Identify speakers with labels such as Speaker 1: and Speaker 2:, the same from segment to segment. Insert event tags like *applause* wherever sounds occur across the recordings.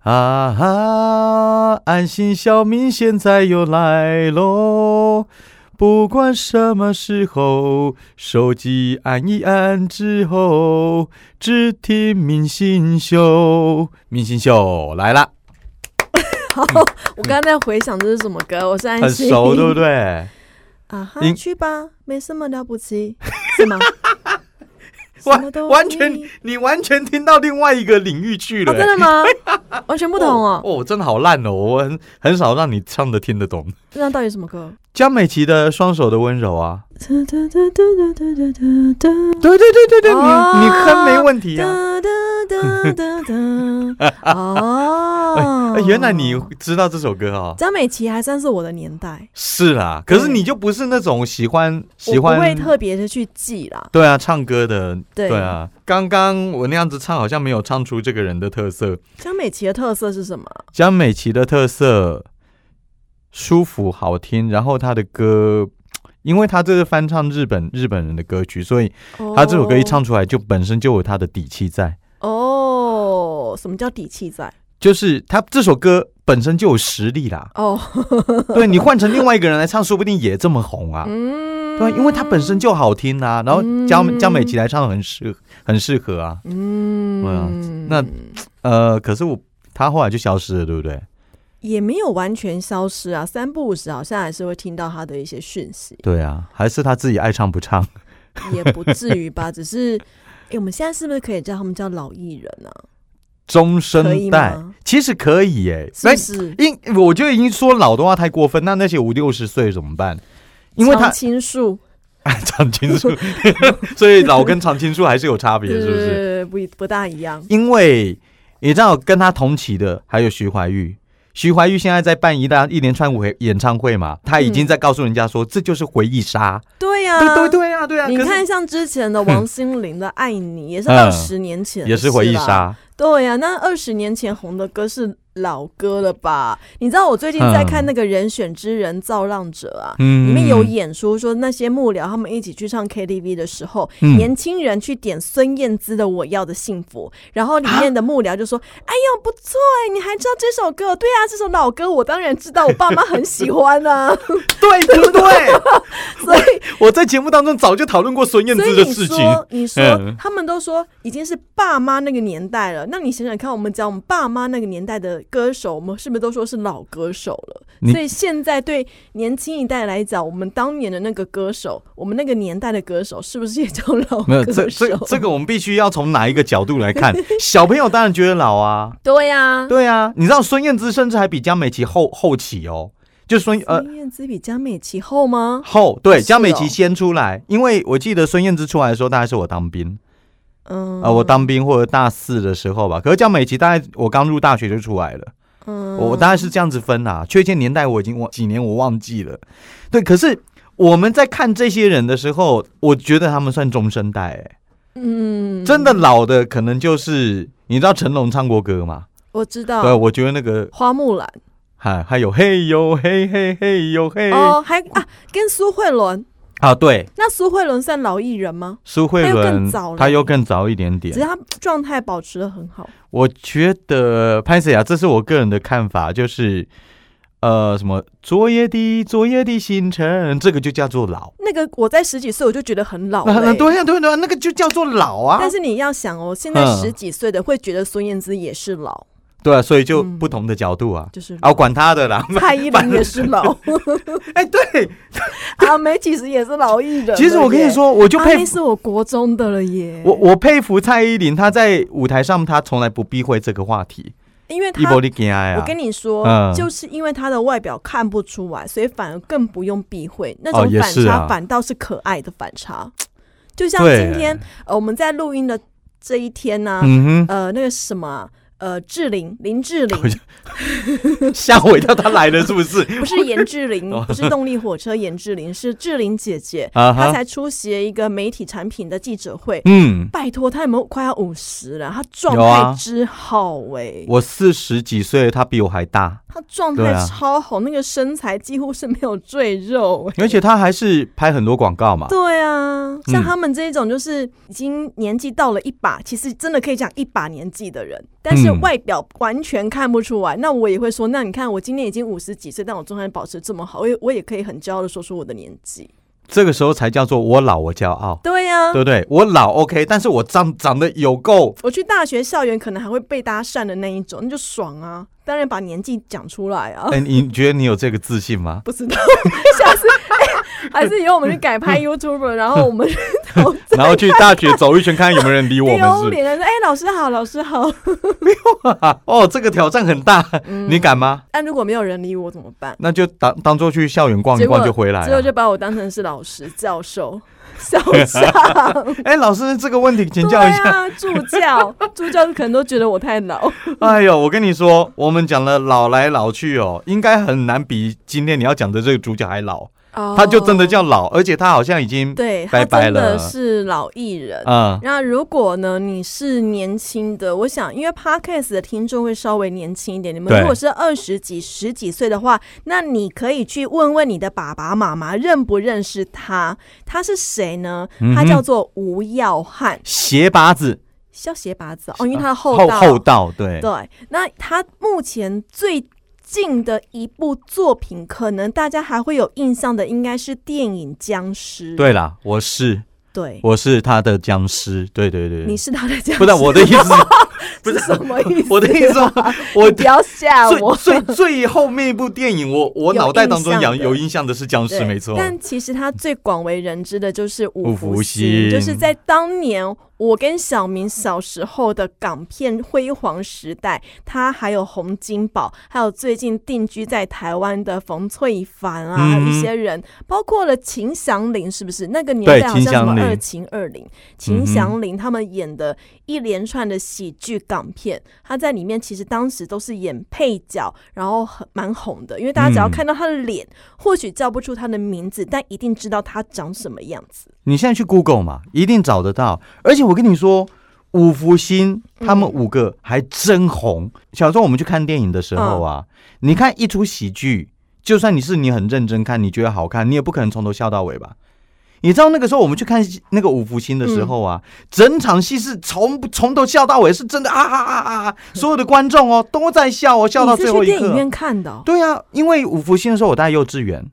Speaker 1: 啊哈！安心小民现在又来喽，不管什么时候，手机按一按之后，只听明星秀。明星秀来啦，
Speaker 2: 好，
Speaker 1: *laughs*
Speaker 2: 我刚刚在回想这是什么歌，我是安
Speaker 1: 很
Speaker 2: 心。
Speaker 1: 熟，对不
Speaker 2: *laughs*
Speaker 1: 对？
Speaker 2: 啊哈
Speaker 1: 应，
Speaker 2: 去吧，没什么了不起， *laughs* 是吗？什么
Speaker 1: *laughs*
Speaker 2: 都
Speaker 1: 完完
Speaker 2: 可
Speaker 1: 全
Speaker 2: 以，
Speaker 1: 你完全听到另外一个领域去了、
Speaker 2: 哦，真的吗？
Speaker 1: *laughs*
Speaker 2: 完全不同哦。
Speaker 1: 哦，真的好烂哦，我很很少让你唱的听得懂。
Speaker 2: 那到底什
Speaker 1: *laughs*
Speaker 2: 么歌？
Speaker 1: 江美琪的《双手的温柔》啊，
Speaker 2: 哒哒哒哒哒哒哒哒
Speaker 1: 对对对对对，
Speaker 2: 嗯哦
Speaker 1: 你你哼没问题啊。
Speaker 2: 哒哒哒哒
Speaker 1: *laughs*
Speaker 2: 哒。哦
Speaker 1: 哎，原来你知道这首歌哦。
Speaker 2: 张美琪还算是我的年代，
Speaker 1: 是啦，可
Speaker 2: 对
Speaker 1: 是你就不是那种喜欢
Speaker 2: 我
Speaker 1: 喜欢
Speaker 2: 不会特别的去记啦。
Speaker 1: 对啊唱歌的，
Speaker 2: 对
Speaker 1: 对啊。刚刚我那样子唱，好像没有唱出这个人的特色。
Speaker 2: 江美琪的特色是什么？
Speaker 1: 江美琪的特色舒服好听，然后她的歌，因为她这是翻唱日本日本人的歌曲，所以她这首歌一唱出来，就本身就有她的底气在，
Speaker 2: 哦，什么叫底气在？
Speaker 1: 就是她这首歌本身就有实力啦。
Speaker 2: 哦， *laughs*
Speaker 1: 对你换成另外一个人来唱，说不定也这么红啊。
Speaker 2: 嗯，
Speaker 1: 对啊，因为它本身就好听啊，然后江、
Speaker 2: 嗯
Speaker 1: 江美琪来唱很适很适合啊。
Speaker 2: 嗯，
Speaker 1: 对啊呃，可是我他后来就消失了，对不对？
Speaker 2: 也没有完全消失啊，三不五时好像还是会听到他的一些讯
Speaker 1: *laughs*
Speaker 2: 息，
Speaker 1: 对啊，还是他自己爱唱不
Speaker 2: *laughs*
Speaker 1: 唱？
Speaker 2: 也不至于吧。只是，哎、我们现在是不是可以叫他们叫老艺人啊？
Speaker 1: 中
Speaker 2: 可
Speaker 1: 生
Speaker 2: 以
Speaker 1: 代
Speaker 2: 吗？
Speaker 1: 其实可以耶、
Speaker 2: 是
Speaker 1: 那
Speaker 2: 不是？
Speaker 1: 因我觉得已经说老的话太过分，那那些五六十岁怎么办？因为他 *laughs*
Speaker 2: 常青树，
Speaker 1: 哎，常青树， *laughs* 所以老跟常青树还是有差别，
Speaker 2: 对
Speaker 1: 是不
Speaker 2: 对
Speaker 1: 是？
Speaker 2: 对，不一不大一样。
Speaker 1: 因为你知道跟他同期的还有徐怀钰，徐怀钰现在在办一大一连串回演唱会嘛，他已
Speaker 2: 嗯
Speaker 1: 经在告诉人家说、这就是回忆杀，
Speaker 2: 对呀、
Speaker 1: 对对对啊对啊，
Speaker 2: 你
Speaker 1: 可是嗯
Speaker 2: 看像之前的王心凌的《爱你》，也是二十年前、
Speaker 1: 也是回忆。
Speaker 2: 啊
Speaker 1: 杀，
Speaker 2: 对呀、那二十年前红的歌是老歌了吧？你知道我最近在看那个《人选之人造浪者》啊，
Speaker 1: 嗯
Speaker 2: 里面有演说说那些幕僚他们一起去唱 KTV 的时候，
Speaker 1: 嗯
Speaker 2: 年轻人去点孙燕姿的《我要的幸福》，然后里面的幕僚就说：“哎呦，不错哎，你还知道这首歌？对啊，这首老歌我当然知道，我爸妈很喜欢啊。 *laughs*
Speaker 1: 对对不对？ *laughs*
Speaker 2: 所以，
Speaker 1: 我在节目当中早就讨论过孙 *laughs* 燕
Speaker 2: 所
Speaker 1: 姿
Speaker 2: 以
Speaker 1: 的
Speaker 2: 你
Speaker 1: 事情，
Speaker 2: 说，你说
Speaker 1: 嗯
Speaker 2: 他们都说已经是爸妈那个年代了，那你想想看，我们讲我们爸妈那个年代的歌手，我们是不是都说是老歌手了？
Speaker 1: 你
Speaker 2: 所以现在对年轻一代来讲，我们当年的那个歌手，我们那个年代的歌手，是不是也叫老
Speaker 1: 没有
Speaker 2: 歌
Speaker 1: 这这
Speaker 2: 手？
Speaker 1: 这个我们必须要从哪一个角度来
Speaker 2: *laughs*
Speaker 1: 看？小朋友当然觉得老啊，
Speaker 2: 对呀、
Speaker 1: 对啊，你知道孙燕姿甚至还比江美琪后后起哦，就孙呃
Speaker 2: 孙燕姿比江美琪后吗？
Speaker 1: 后对
Speaker 2: 是
Speaker 1: 江美琪
Speaker 2: 哦
Speaker 1: 先出来，因为我记得孙燕姿出来的时候，大概是我当兵
Speaker 2: 嗯
Speaker 1: 啊、呃我当兵或者大四的时候吧。可是江美琪大概我刚入大学就出来了，
Speaker 2: 嗯
Speaker 1: 我我大概是这样子分啦、确切年代我已经忘几年我忘记了。对，可是我们在看这些人的时候，我觉得他们算中生代、欸，
Speaker 2: 嗯
Speaker 1: 真的老的可能就是你知道成龙唱过歌吗？
Speaker 2: 我知
Speaker 1: 对，
Speaker 2: 道
Speaker 1: 我觉得那个
Speaker 2: 花木兰
Speaker 1: 还还有嘿呦嘿嘿嘿呦嘿、
Speaker 2: 哦，还啊跟苏慧伦，
Speaker 1: 啊，对，
Speaker 2: 那苏慧伦算老艺人吗？
Speaker 1: 苏慧
Speaker 2: 他又更
Speaker 1: 伦
Speaker 2: 早了
Speaker 1: 他又更早一点点
Speaker 2: 只是。他状态保持的很好。
Speaker 1: 我觉得潘石啊，这是我个人的看法，就是呃，什么昨夜的昨夜的星辰，这个就叫做老。
Speaker 2: 那个我在十几岁我就觉得很老了
Speaker 1: 那
Speaker 2: 欸、
Speaker 1: 那对啊呀、对呀、对呀、那个就叫做老啊。
Speaker 2: 但是你要想哦，现在
Speaker 1: 嗯
Speaker 2: 十几岁的会觉得孙燕姿也是老，
Speaker 1: 对啊，所以就
Speaker 2: 嗯
Speaker 1: 不同的角度啊。
Speaker 2: 就是
Speaker 1: 啊，管他的啦！
Speaker 2: *laughs* 蔡依林也是
Speaker 1: *laughs*
Speaker 2: 老，*laughs*
Speaker 1: 哎，对，
Speaker 2: 阿妹其实也是老艺人了耶。
Speaker 1: 其实我跟你说，我就
Speaker 2: 阿
Speaker 1: 佩
Speaker 2: 妹
Speaker 1: 服
Speaker 2: 是我国中的了耶。
Speaker 1: 我，我佩服蔡依林，她在舞台上她从来不避讳这个话题。
Speaker 2: 因为
Speaker 1: 一
Speaker 2: 她
Speaker 1: 波利给呀，
Speaker 2: 我跟你说，
Speaker 1: 嗯
Speaker 2: 就是因为她的外表看不出来，所以反而更不用避讳那
Speaker 1: 哦
Speaker 2: 种
Speaker 1: 也
Speaker 2: 反
Speaker 1: 是
Speaker 2: 差，
Speaker 1: 啊
Speaker 2: 反倒是可爱的反差。就像
Speaker 1: 对
Speaker 2: 今天呃我们在录音的这一天呢、
Speaker 1: 嗯
Speaker 2: 呃那个什么啊。呃，志玲，林志玲， *laughs*
Speaker 1: 哼，吓我一跳，她来了是不是？
Speaker 2: 不是严志玲，不是动力火车严志玲，是志玲姐姐，
Speaker 1: 哦 *laughs* 啊
Speaker 2: 她
Speaker 1: 哈，
Speaker 2: 才出席了一个媒体产品的记者会。
Speaker 1: 嗯，
Speaker 2: 拜托，她有没有快要五十了？她状
Speaker 1: 有啊
Speaker 2: 态之好哎、
Speaker 1: 我四十几岁，她比我还大。
Speaker 2: 她状
Speaker 1: 对
Speaker 2: 态
Speaker 1: 啊
Speaker 2: 超好，那个身材几乎是没有赘肉、哎
Speaker 1: 而且他还是拍很多广告嘛。
Speaker 2: 对啊，
Speaker 1: 嗯
Speaker 2: 像他们这种就是已经年纪到了一把，其实真的可以讲一把年纪的人，但是
Speaker 1: 嗯
Speaker 2: 外表完全看不出来。那我也会说，那你看我今年已经五十几岁，但我状态保持这么好，我也我也可以很骄傲的说出我的年纪。
Speaker 1: 这个时候才叫做我老我骄傲，
Speaker 2: 对呀、
Speaker 1: 对不啊对？我老 OK，但是我长长得有够
Speaker 2: 我去大学校园可能还会被搭讪的那一种，那就爽啊！当然把年纪讲出来啊。
Speaker 1: 哎、你觉得你有这个自信吗？
Speaker 2: 不知道，下次、哎 *laughs* 还是以后我们去改
Speaker 1: *laughs*
Speaker 2: 拍 YouTuber，然后我们去投资
Speaker 1: 然后去大学走一圈，看看有没有人理我
Speaker 2: 丢
Speaker 1: 们是
Speaker 2: 脸了。说哎，老师好，老师好。
Speaker 1: 吧？ *laughs* 哦，这个挑战很大，
Speaker 2: 嗯
Speaker 1: 你敢吗？
Speaker 2: 但如果没有人理我怎么办？
Speaker 1: 那就当当做去校园逛一逛
Speaker 2: 结果
Speaker 1: 就回来啊
Speaker 2: 最后
Speaker 1: 了。
Speaker 2: 就把我当成是老师、教
Speaker 1: *laughs*
Speaker 2: 授、校长，
Speaker 1: 哎、老师，这个问题 *laughs* 请
Speaker 2: 对
Speaker 1: 教一下。
Speaker 2: 啊，助教，助教可能都觉得我太老。
Speaker 1: *laughs* 哎呦，我跟你说，我们讲了老来老去哦，应该很难比今天你要讲的这个主角还老。他就真的
Speaker 2: 叫
Speaker 1: 叫老，而且他好像已经
Speaker 2: 哦对，
Speaker 1: 拜
Speaker 2: 他
Speaker 1: 拜
Speaker 2: 真的
Speaker 1: 了
Speaker 2: 是老艺人。
Speaker 1: 嗯
Speaker 2: 那如果呢，你是年轻的，我想，因为 podcast 的听众会稍微年轻一点。你们
Speaker 1: 对
Speaker 2: 如果是二十几、十几岁的话，那你可以去问问你的爸爸妈妈认不认识他，他是谁呢？
Speaker 1: 嗯哼
Speaker 2: 他叫做吴耀汉，
Speaker 1: 鞋拔子
Speaker 2: 消邪拔子哦，因为他的
Speaker 1: 后
Speaker 2: 道。
Speaker 1: 后道对
Speaker 2: 对，那他目前最近的一部作品，可能大家还会有印象的，应该是电影《僵尸》。
Speaker 1: 对啦，我是
Speaker 2: 对，
Speaker 1: 我是他的僵尸，对对对，
Speaker 2: 你是他的僵尸，
Speaker 1: 不是啊我的意
Speaker 2: *laughs*
Speaker 1: 思，不
Speaker 2: 是
Speaker 1: 是
Speaker 2: 什么意思？
Speaker 1: 我的意思，我
Speaker 2: 你不要吓我。
Speaker 1: 最最最后面一部电影，我我
Speaker 2: 有
Speaker 1: 脑袋当中
Speaker 2: 印象
Speaker 1: 有
Speaker 2: 的
Speaker 1: 有印象的是僵尸，
Speaker 2: 对
Speaker 1: 没错，
Speaker 2: 但其实他最广为人知的就是
Speaker 1: 五
Speaker 2: 五
Speaker 1: 福
Speaker 2: 福
Speaker 1: 星
Speaker 2: 星，就是在当年我跟小明小时候的港片辉煌时代，他还有洪金宝，还有最近定居在台湾的冯翠凡啊，
Speaker 1: 嗯
Speaker 2: 一些人，包括了秦祥林，是不是？那个年代好像什么
Speaker 1: 秦祥林
Speaker 2: 二秦二林，
Speaker 1: 嗯
Speaker 2: 秦祥林他们演的一连串的喜剧港片，他在里面其实当时都是演配角，然后很蛮红的，因为大家只要
Speaker 1: 嗯
Speaker 2: 看到他的脸，或许叫不出他的名字，但一定知道他长什么样子。
Speaker 1: 你现在去 Google 嘛，一定找得到。而且我跟你说，五福星
Speaker 2: 嗯
Speaker 1: 他们五个还真红。小时候我们去看电影的时候啊，
Speaker 2: 嗯
Speaker 1: 你看一出喜剧，就算你是你很认真看，你觉得好看，你也不可能从头笑到尾吧。你知道那个时候我们去看那个五福星的时候啊，
Speaker 2: 嗯
Speaker 1: 整场戏是从从头笑到尾，是真的啊啊啊啊啊！所有的观众哦都在笑哦，笑到
Speaker 2: 你
Speaker 1: 最
Speaker 2: 是
Speaker 1: 后
Speaker 2: 去
Speaker 1: 一
Speaker 2: 电影
Speaker 1: 刻。
Speaker 2: 院看的哦、
Speaker 1: 对啊，因为五福星的时候我在幼稚园，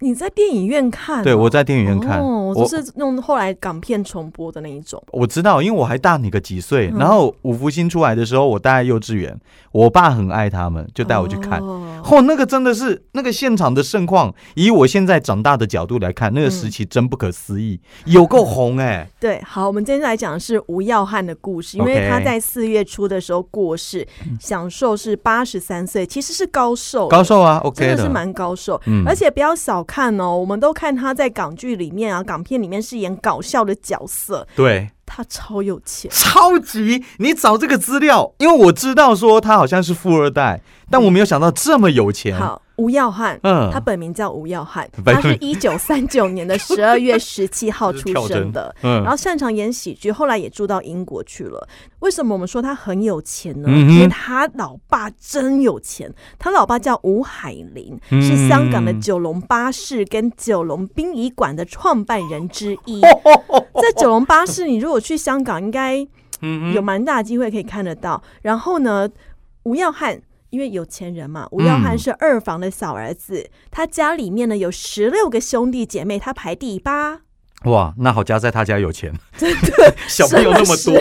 Speaker 2: 你在电影院看哦、
Speaker 1: 对我在电影院看，
Speaker 2: 哦，
Speaker 1: 我
Speaker 2: 就是弄后来港片重播的那一种。
Speaker 1: 我知道，因为我还大你个几岁。
Speaker 2: 嗯
Speaker 1: 然后五福星出来的时候，我大概幼稚园，我爸很爱他们，就带我去看。哦
Speaker 2: 哦
Speaker 1: 那个真的是那个现场的盛况，以我现在长大的角度来看，那个时期真不可思议，有够红哎、
Speaker 2: 对，好，我们今天来讲的是吴耀汉的故事，因为
Speaker 1: OK 嗯
Speaker 2: 他在四月初的时候过世，享受是八十三岁，其实是高寿，
Speaker 1: 高寿啊，OK
Speaker 2: 真的是蛮高寿。
Speaker 1: 嗯
Speaker 2: 而且不要小看哦，我们都看他在港剧里面啊、港片里面是演搞笑的角色，
Speaker 1: 对，
Speaker 2: 他超有钱。
Speaker 1: 超级。你找这个资料，因为我知道说他好像是富二代，但我没有想到这么有钱。
Speaker 2: 好，吴耀汉，
Speaker 1: 嗯
Speaker 2: 他本名叫吴耀汉，
Speaker 1: 本
Speaker 2: 他是一九三九年的十二月十
Speaker 1: *laughs*
Speaker 2: 七号出生的。然
Speaker 1: 嗯，
Speaker 2: 后擅长演喜剧，后来也住到英国去了。为什么我们说他很有钱呢？
Speaker 1: 嗯哼
Speaker 2: 因为他老爸真有钱，他老爸叫吴海林，
Speaker 1: 嗯
Speaker 2: 是香港的九龙巴士跟九龙殡仪馆的创办人之
Speaker 1: *laughs*
Speaker 2: 一。在九龙巴士，你如果去香港，应该
Speaker 1: 嗯
Speaker 2: 有蛮大的机会可以看得到。然后呢，吴耀汉。因为有钱人嘛，吴耀汉
Speaker 1: 嗯
Speaker 2: 是二房的小儿子，他家里面呢有十六个兄弟姐妹，他排第八，
Speaker 1: 哇，那好家在他家有钱，真的 *laughs* 小朋友那么多，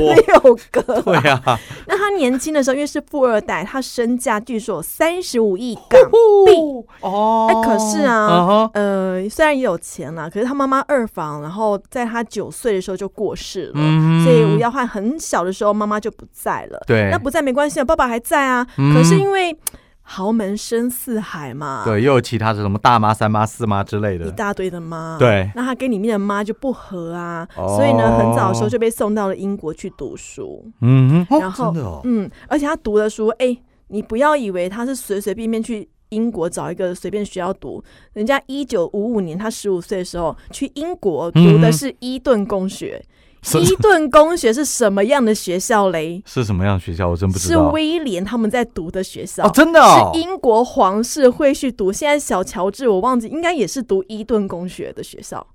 Speaker 2: 六个。
Speaker 1: 对啊，
Speaker 2: 那他年轻的时候，因为是富二代，他身价据说有三十五亿港
Speaker 1: 哦哦
Speaker 2: 哎可是啊
Speaker 1: 嗯哼
Speaker 2: 呃，虽然也有钱啦，可是他妈妈二房，然后在他九岁的时候就过世了，
Speaker 1: 嗯
Speaker 2: 所以吴耀汉很小的时候妈妈就不在了。
Speaker 1: 对
Speaker 2: 那不在没关系啊，爸爸还在啊。
Speaker 1: 嗯
Speaker 2: 可是因为豪门深似海嘛，
Speaker 1: 对，又有其他的什么大妈、三妈、四妈之类
Speaker 2: 一
Speaker 1: 的。
Speaker 2: 大堆的妈，
Speaker 1: 对
Speaker 2: 那他跟里面的妈就不合啊，
Speaker 1: 哦
Speaker 2: 所以呢，很早的时候就被送到了英国去读书。
Speaker 1: 嗯哼，哦
Speaker 2: 然后
Speaker 1: 真的哦，
Speaker 2: 嗯，而且他读的书，哎、你不要以为他是随随便便去英国找一个随便学校读，人家一九五五年他十五岁的时候去英国读
Speaker 1: 嗯
Speaker 2: 的
Speaker 1: 嗯
Speaker 2: 是伊顿公学。
Speaker 1: 是
Speaker 2: 伊顿公学是什么样的学校嘞？
Speaker 1: 是什么样的学校？我真 *laughs* 不知
Speaker 2: 是
Speaker 1: 道。
Speaker 2: 威廉他们在读的学校，
Speaker 1: 哦，真的哦
Speaker 2: 是，英国皇室会去读。现在小乔治我忘记，应该也是读伊顿公学的学校。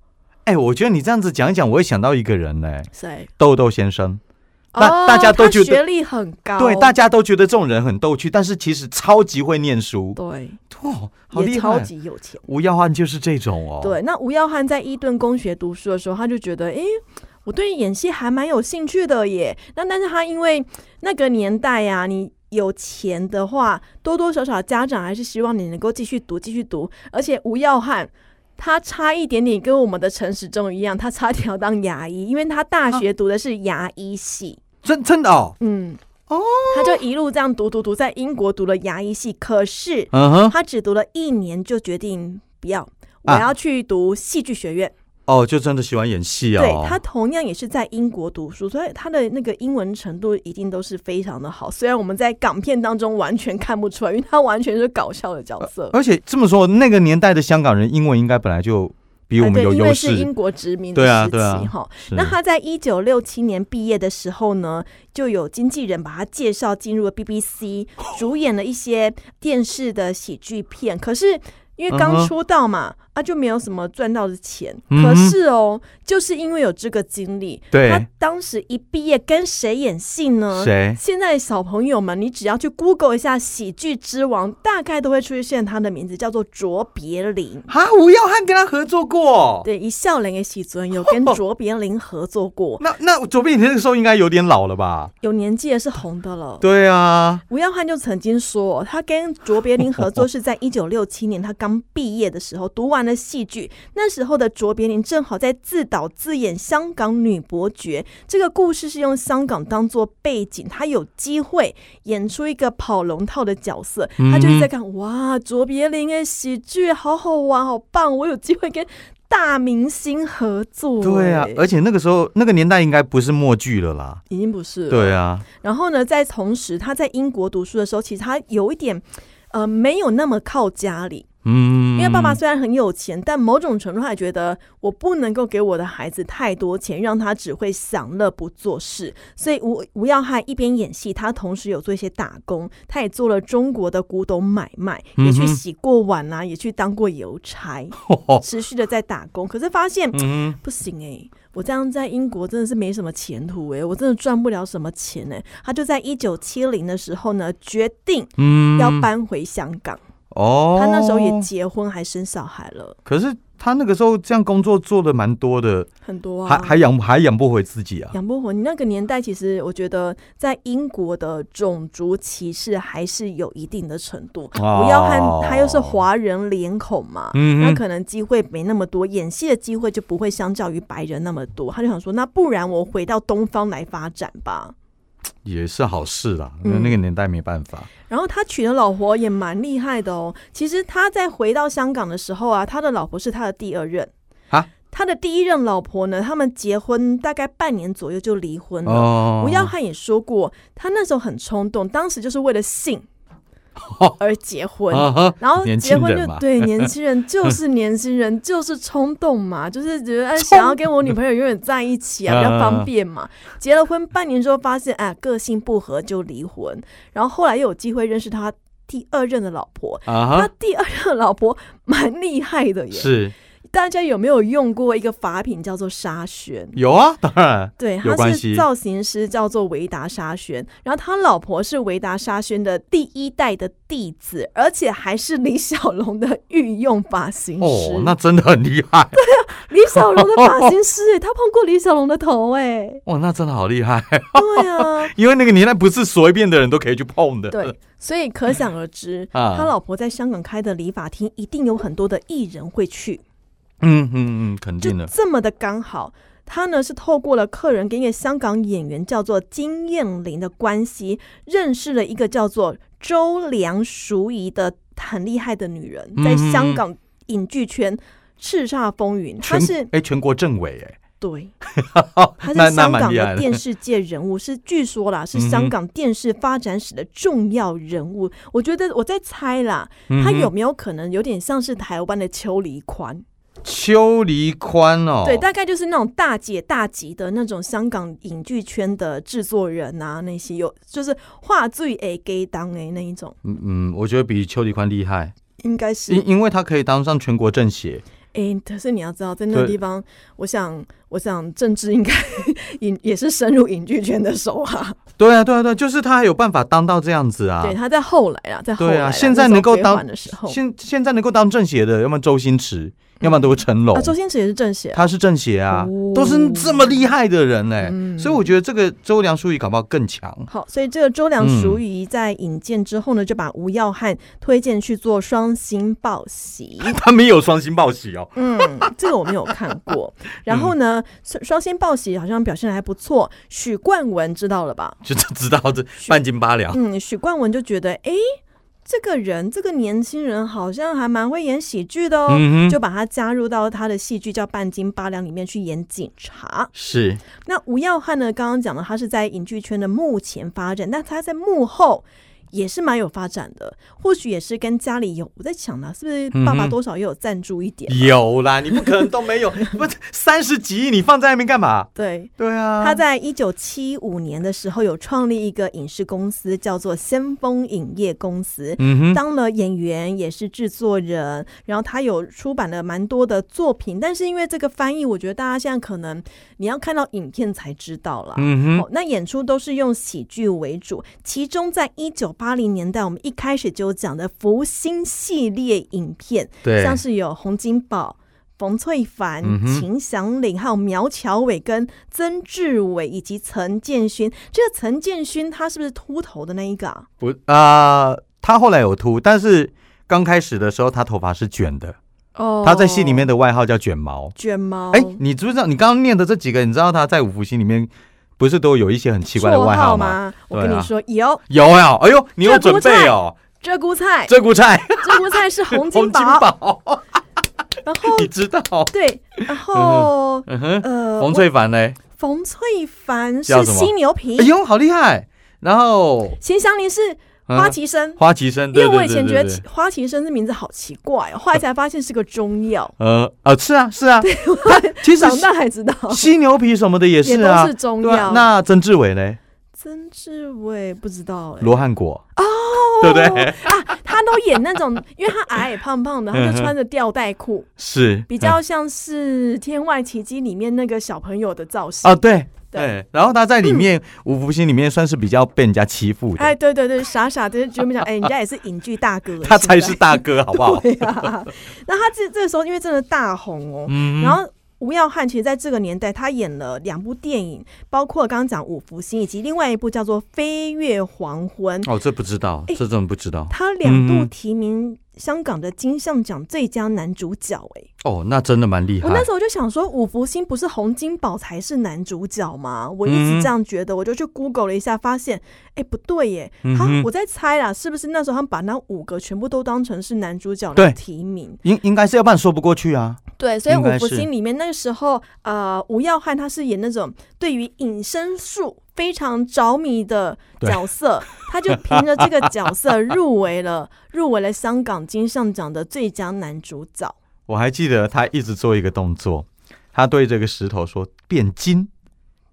Speaker 1: 哎，我觉得你这样子讲一讲，我会想到一个人嘞，
Speaker 2: 谁？
Speaker 1: 豆豆先生，那大家都觉
Speaker 2: 哦他学
Speaker 1: 得。
Speaker 2: 历很高，
Speaker 1: 对，大家都觉得这种人很逗趣，但是其实超级会念书，
Speaker 2: 对
Speaker 1: 哇，好
Speaker 2: 也
Speaker 1: 厉
Speaker 2: 超
Speaker 1: 害！
Speaker 2: 级有钱。
Speaker 1: 吴耀汉就是这种哦，，
Speaker 2: 对，那吴耀汉在伊顿公学读书的时候，他就觉得，诶，我对演戏还蛮有兴趣的耶。那但是他因为那个年代呀、你有钱的话，多多少少家长还是希望你能够继续读，继续读。而且吴耀汉。他差一点点跟我们的陈时中一样，他差点要当牙医，因为他大学读的是牙医系。
Speaker 1: 真真的哦，
Speaker 2: 嗯，
Speaker 1: 哦，
Speaker 2: 他就一路这样读读读，在英国读了牙医系，可是
Speaker 1: 嗯哼，
Speaker 2: 他只读了一年就决定不要，我
Speaker 1: 啊
Speaker 2: 要去读戏剧学院。
Speaker 1: 哦，就真的喜欢演戏哦，
Speaker 2: 对他同样也是在英国读书，所以他的那个英文程度一定都是非常的好。虽然我们在港片当中完全看不出来，因为他完全是搞笑的角色。
Speaker 1: 而且这么说，那个年代的香港人英文应该本来就比我
Speaker 2: 啊
Speaker 1: 们
Speaker 2: 对，
Speaker 1: 有
Speaker 2: 因
Speaker 1: 优
Speaker 2: 为是
Speaker 1: 势
Speaker 2: 英，国殖民
Speaker 1: 对啊
Speaker 2: 的时
Speaker 1: 对啊
Speaker 2: 期哈。
Speaker 1: 是
Speaker 2: 那他在一九六七年毕业的时候呢，就有经纪人把他介绍进入
Speaker 1: *laughs*
Speaker 2: 了 BBC，主演了一些电视的喜剧片。可是因为
Speaker 1: 嗯
Speaker 2: 刚
Speaker 1: 哼
Speaker 2: 出道嘛，啊就没有什么赚到的钱。
Speaker 1: 嗯
Speaker 2: 可
Speaker 1: 哼
Speaker 2: 是哦，就是因为有这个经历，
Speaker 1: 对
Speaker 2: 他当时一毕业跟谁演戏呢？
Speaker 1: 谁
Speaker 2: 现在小朋友们，你只要去 Google 一下“喜剧之王”，大概都会出现他的名字，叫做卓别林。
Speaker 1: 啊，吴耀汉跟他合作过，
Speaker 2: 对，一笑脸的喜尊有
Speaker 1: *laughs*
Speaker 2: 跟卓别林合作过，
Speaker 1: 那那左边你那个时候应该有点老了吧？
Speaker 2: 有年纪也是红的了。
Speaker 1: 对啊，
Speaker 2: 吴耀汉就曾经说，他跟卓别林合作是
Speaker 1: *laughs*
Speaker 2: 在一九六七年，他刚毕业的时候读完了戏剧。那时候的卓别林正好在自导自演《香港女伯爵》这个故事，是用香港当做背景，他有机会演出一个跑龙套的角色。
Speaker 1: 嗯
Speaker 2: 他就是在看，哇，卓别林哎，喜剧好好玩，好棒！我有机会跟大明星合作。
Speaker 1: 对啊
Speaker 2: 哎，
Speaker 1: 而且那个时候那个年代应该不是默剧了啦，
Speaker 2: 已经不是了
Speaker 1: 对啊，
Speaker 2: 然后呢，在同时他在英国读书的时候，其实他有一点。呃，没有那么靠家里，
Speaker 1: 嗯，
Speaker 2: 因为爸爸虽然很有钱，但某种程度他也觉得我不能够给我的孩子太多钱，让他只会享乐不做事。所以吴吴耀汉一边演戏，他同时有做一些打工，他也做了中国的古董买卖，也去
Speaker 1: 嗯哼
Speaker 2: 洗过碗啊，也去当过邮差，持续的在打工。可是发现
Speaker 1: *laughs* 嗯
Speaker 2: 不行哎、我这样在英国真的是没什么前途哎、我真的赚不了什么钱哎、他就在一九七零的时候呢，决定
Speaker 1: 嗯
Speaker 2: 要搬回香港。
Speaker 1: 哦，
Speaker 2: 他那时候也结婚，还生小孩了，
Speaker 1: 可是他那个时候这样工作做的蛮多的，
Speaker 2: 很多
Speaker 1: 还
Speaker 2: 啊。
Speaker 1: 还养还养不回自己啊。
Speaker 2: 养不活你那个年代，其实我觉得在英国的种族歧视还是有一定的程度。
Speaker 1: 哦
Speaker 2: 我要看他又是华人脸孔嘛，
Speaker 1: 嗯
Speaker 2: 那
Speaker 1: 哼
Speaker 2: 可能机会没那么多，演戏的机会就不会相较于白人那么多。他就想说，那不然我回到东方来发展吧。
Speaker 1: 也是好事啦，
Speaker 2: 嗯
Speaker 1: 因为那个年代没办法。
Speaker 2: 然后他娶的老婆也蛮厉害的哦。其实他在回到香港的时候啊，他的老婆是他的第二任
Speaker 1: 啊。
Speaker 2: 他的第一任老婆呢，他们结婚大概半年左右就离婚了。
Speaker 1: 哦，
Speaker 2: 吴耀汉也说过，他那时候很冲动，当时就是为了性而结婚。
Speaker 1: 啊哈
Speaker 2: 然后
Speaker 1: 年
Speaker 2: 结
Speaker 1: 轻
Speaker 2: 婚
Speaker 1: 人
Speaker 2: 就
Speaker 1: 嘛， *laughs*
Speaker 2: 对年轻人就是年轻人就是冲动嘛，就是觉得哎想要跟我女朋友永远在一起
Speaker 1: *laughs*
Speaker 2: 啊，比较方便嘛。结了婚半年之后发现哎个性不合就离婚，然后后来又有机会认识他第二任的老婆，
Speaker 1: 啊
Speaker 2: 他
Speaker 1: 哈，
Speaker 2: 第二任的老婆蛮厉害的耶。
Speaker 1: 是
Speaker 2: 大家有没有用过一个法品叫做沙宣？
Speaker 1: 有啊，当然
Speaker 2: 对，
Speaker 1: 有
Speaker 2: 他
Speaker 1: 关
Speaker 2: 是
Speaker 1: 系
Speaker 2: 造型师，叫做维达沙宣。然后他老婆是维达沙宣的第一代的弟子，而且还是李小龙的御用发型师。
Speaker 1: 哦，那真的很厉害，
Speaker 2: 李小龙的发
Speaker 1: *laughs*
Speaker 2: 型师、哎，他碰过李小龙的头、哎，
Speaker 1: 哇，那真的好厉害， *laughs*
Speaker 2: 对啊，
Speaker 1: 因为那个年代不是随便的人都可以去碰的。 *laughs*
Speaker 2: 对，所以可想而知，
Speaker 1: 啊
Speaker 2: 他老婆在香港开的理发厅，一定有很多的艺人会去。
Speaker 1: 嗯嗯嗯，肯定
Speaker 2: 就
Speaker 1: 的。
Speaker 2: 这么的刚好。他呢是透过了客人跟一个香港演员叫做金燕玲的关系，认识了一个叫做周良淑仪的很厉害的女人，
Speaker 1: 嗯
Speaker 2: 在香港影剧圈叱咤风云。她
Speaker 1: 全
Speaker 2: 是
Speaker 1: 哎，全国政委哎，
Speaker 2: 对，
Speaker 1: *laughs*
Speaker 2: 她
Speaker 1: 那那
Speaker 2: 是香
Speaker 1: 蛮
Speaker 2: 港
Speaker 1: 厉害
Speaker 2: 的
Speaker 1: 的
Speaker 2: 电视界人物，是据说啦是
Speaker 1: 嗯
Speaker 2: 香
Speaker 1: 哼
Speaker 2: 港电视发展史的重要人物。我觉得我在猜啦，
Speaker 1: 嗯
Speaker 2: 她
Speaker 1: 哼
Speaker 2: 有没有可能有点像是台湾的邱黎宽？
Speaker 1: 邱黎宽哦，
Speaker 2: 对，大概就是那种大姐大级的那种香港影剧圈的制作人啊，那些有就是话最诶 gay 当诶那一种，
Speaker 1: 嗯嗯，我觉得比邱黎宽厉害，
Speaker 2: 应该是
Speaker 1: 因因为他可以当上全国政协，
Speaker 2: 诶。可是你要知道，在那个
Speaker 1: 对
Speaker 2: 地方，我想我想政治应该 *laughs* 影也是深入影剧圈的手啊。
Speaker 1: 对啊，对啊，对啊，就是他还有办法当到这样子啊。
Speaker 2: 对，哦他在后来啊，在后来
Speaker 1: 对啊
Speaker 2: 啦
Speaker 1: 现
Speaker 2: 那
Speaker 1: 在
Speaker 2: 时候
Speaker 1: 能够
Speaker 2: 归
Speaker 1: 当
Speaker 2: 还的时候，
Speaker 1: 现现在能够当政协的，要么周星驰，要么都是成龙。
Speaker 2: 啊，周星驰也是政协啊，
Speaker 1: 他是政协啊，
Speaker 2: 哦
Speaker 1: 都是这么厉害的人嘞、
Speaker 2: 嗯
Speaker 1: 所以我觉得这个周梁淑怡搞不好更强。
Speaker 2: 好，所以这个周良
Speaker 1: 嗯
Speaker 2: 淑仪在引荐之后呢，就把吴耀汉推荐去做双星报喜。
Speaker 1: 他没有双星报喜哦， *laughs*
Speaker 2: 嗯，这个我没有看过。然
Speaker 1: 嗯
Speaker 2: 后呢，双双星报喜好像表现的还不错。许冠文知道了吧？
Speaker 1: 就就知道这半斤八两。
Speaker 2: 嗯，许冠文就觉得，诶，这个人，这个年轻人好像还蛮会演喜剧的哦，
Speaker 1: 嗯哼，
Speaker 2: 就把他加入到他的戏剧叫《半斤八两》里面去演警察。
Speaker 1: 是
Speaker 2: 那吴耀汉呢？刚刚讲了，他是在影剧圈的幕前发展，但他在幕后也是蛮有发展的。或许也是跟家里有，我在想呢，是不是爸
Speaker 1: 嗯
Speaker 2: 爸
Speaker 1: 哼
Speaker 2: 多少也有赞助一点？
Speaker 1: 有啦，你不可能都没
Speaker 2: *laughs*
Speaker 1: 有，不三十几亿你放在那边干嘛？
Speaker 2: 对，
Speaker 1: 对啊，
Speaker 2: 他在一九七五年的时候有创立一个影视公司，叫做先锋影业公司。
Speaker 1: 嗯哼，
Speaker 2: 当了演员，也是制作人，然后他有出版了蛮多的作品，但是因为这个翻译，我觉得大家现在可能你要看到影片才知道啦。
Speaker 1: 嗯哼，
Speaker 2: 哦，那演出都是用喜剧为主，其中在一九八零年代，我们一开始就讲的福星系列影片，
Speaker 1: 对，
Speaker 2: 像是有洪金宝。冯翠凡、
Speaker 1: 嗯哼
Speaker 2: 秦祥林，还有苗侨伟跟曾志伟，以及陈建勋。这个陈建勋他是不是秃头的那一个、啊？
Speaker 1: 不啊、他后来有秃，但是刚开始的时候他头发是卷的，
Speaker 2: 哦
Speaker 1: 他在戏里面的外号叫卷毛。
Speaker 2: 卷毛，
Speaker 1: 哎、你知不知道？你刚刚念的这几个，你知道他在五福星里面不是都有一些很奇怪的
Speaker 2: 绰
Speaker 1: 外
Speaker 2: 号
Speaker 1: 吗？
Speaker 2: 吗？我跟
Speaker 1: 对啊
Speaker 2: 你说，有
Speaker 1: 有呀、哎呦，你有准
Speaker 2: 这锅
Speaker 1: 备哦，
Speaker 2: 鹧
Speaker 1: *laughs*
Speaker 2: 鸪菜，
Speaker 1: 鹧鸪菜、
Speaker 2: 鹧
Speaker 1: *laughs*
Speaker 2: 鸪菜是洪
Speaker 1: 洪
Speaker 2: 金
Speaker 1: 金
Speaker 2: 宝，
Speaker 1: 宝，
Speaker 2: 然后
Speaker 1: 你知道？
Speaker 2: 对，然后
Speaker 1: 嗯哼，
Speaker 2: 呃，
Speaker 1: 冯翠凡嘞？
Speaker 2: 冯翠凡
Speaker 1: 叫
Speaker 2: 是
Speaker 1: 什么
Speaker 2: 犀牛皮
Speaker 1: 哎，呦，好厉害！然后
Speaker 2: 秦祥林是花旗参。
Speaker 1: 花旗参，
Speaker 2: 因
Speaker 1: 嗯对
Speaker 2: 为我
Speaker 1: 对
Speaker 2: 以
Speaker 1: 对
Speaker 2: 前
Speaker 1: 对
Speaker 2: 觉
Speaker 1: 对，
Speaker 2: 得，花旗参这名字好奇怪哦，后来才发现是个中药
Speaker 1: *laughs* 呃呃，是啊是 *laughs* 啊，他其实
Speaker 2: 长大才知道
Speaker 1: 犀牛皮什么的也
Speaker 2: 也
Speaker 1: 是
Speaker 2: 都
Speaker 1: 啊
Speaker 2: 是，中
Speaker 1: 对啊。
Speaker 2: 药。
Speaker 1: 那曾志伟嘞？
Speaker 2: 曾志伟不知道哎，
Speaker 1: 罗汉果哦，对不对？
Speaker 2: 啊，他都演那种，因为他矮矮胖胖的，他
Speaker 1: 嗯哼
Speaker 2: 就穿着吊带裤，
Speaker 1: 是嗯
Speaker 2: 比较像是《天外奇迹》里面那个小朋友的造型。
Speaker 1: 啊，对
Speaker 2: 对
Speaker 1: 对。然后他在里面五福星里面算是比较被人家欺负
Speaker 2: 哎，
Speaker 1: 的，
Speaker 2: 对对对，傻傻的就觉得想，哎，人家也是影剧大哥，
Speaker 1: *laughs*
Speaker 2: 欸
Speaker 1: 他才
Speaker 2: 现
Speaker 1: 是哦
Speaker 2: 在
Speaker 1: 大哥，好不好？
Speaker 2: 对啊，那他这这个时候因为真的大红哦，
Speaker 1: 嗯
Speaker 2: 然后。吴耀汉其实在这个年代，他演了两部电影，包括刚刚讲《五福星》，以及另外一部叫做《飞越黄昏》。
Speaker 1: 哦，这不知道，
Speaker 2: 哎
Speaker 1: 这真的不知道。
Speaker 2: 他两度
Speaker 1: 嗯
Speaker 2: 提名香港的金像奖最佳男主角、哎，
Speaker 1: 哦，那真的蛮厉害
Speaker 2: 我。那时候就想说，《五福星》不是洪金宝才是男主角吗？我一
Speaker 1: 嗯
Speaker 2: 直这样觉得，我就去 Google 了一下，发现，哎、不对耶，他、
Speaker 1: 嗯哼
Speaker 2: 我在猜啦，是不是那时候他们把那五个全部都当成是男主角
Speaker 1: 对
Speaker 2: 来提名？
Speaker 1: 应应该是，要不然说不过去啊。
Speaker 2: 对，所以
Speaker 1: 应
Speaker 2: 《
Speaker 1: 该
Speaker 2: 五福
Speaker 1: 是
Speaker 2: 星》里面那个时候，呃，吴耀汉他是演那种对于隐身术非常着迷的
Speaker 1: 对
Speaker 2: 角色，他就凭着这个角
Speaker 1: *laughs*
Speaker 2: 色入围了入围了香港金像奖的最佳男主角。
Speaker 1: 我还记得他一直做一个动作，他对这个石头说：“变金，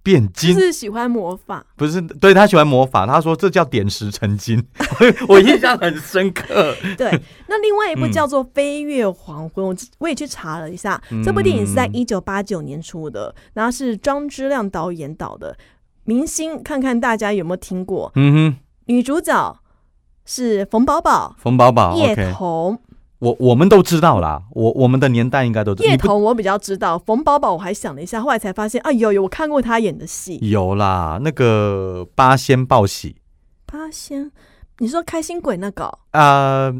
Speaker 1: 变
Speaker 2: 就
Speaker 1: 金。”
Speaker 2: 是喜欢魔法，
Speaker 1: 不是，对他喜欢魔法，他说这叫点石成金， *laughs* 我印象很深刻。 *laughs*
Speaker 2: 对。那另外一部
Speaker 1: 嗯
Speaker 2: 叫做《飞越黄昏》，我我也去查了一下，这部电影是在
Speaker 1: 嗯
Speaker 2: 一九八九年出的，然后是张之亮导演导的。明星，看看大家有没有听过？
Speaker 1: 嗯
Speaker 2: 女主角是冯宝宝
Speaker 1: 哼，、冯宝宝
Speaker 2: 叶
Speaker 1: ，OK，
Speaker 2: 童。
Speaker 1: 我我们都知道啦，我我们的年代应该都知
Speaker 2: 叶
Speaker 1: 你不
Speaker 2: 童我比较知道，冯宝宝我还想了一下，后来才发现啊，有有我看过他演的戏。
Speaker 1: 有啦，那个八仙报喜
Speaker 2: 八仙，你说开心鬼那个哦
Speaker 1: 啊、呃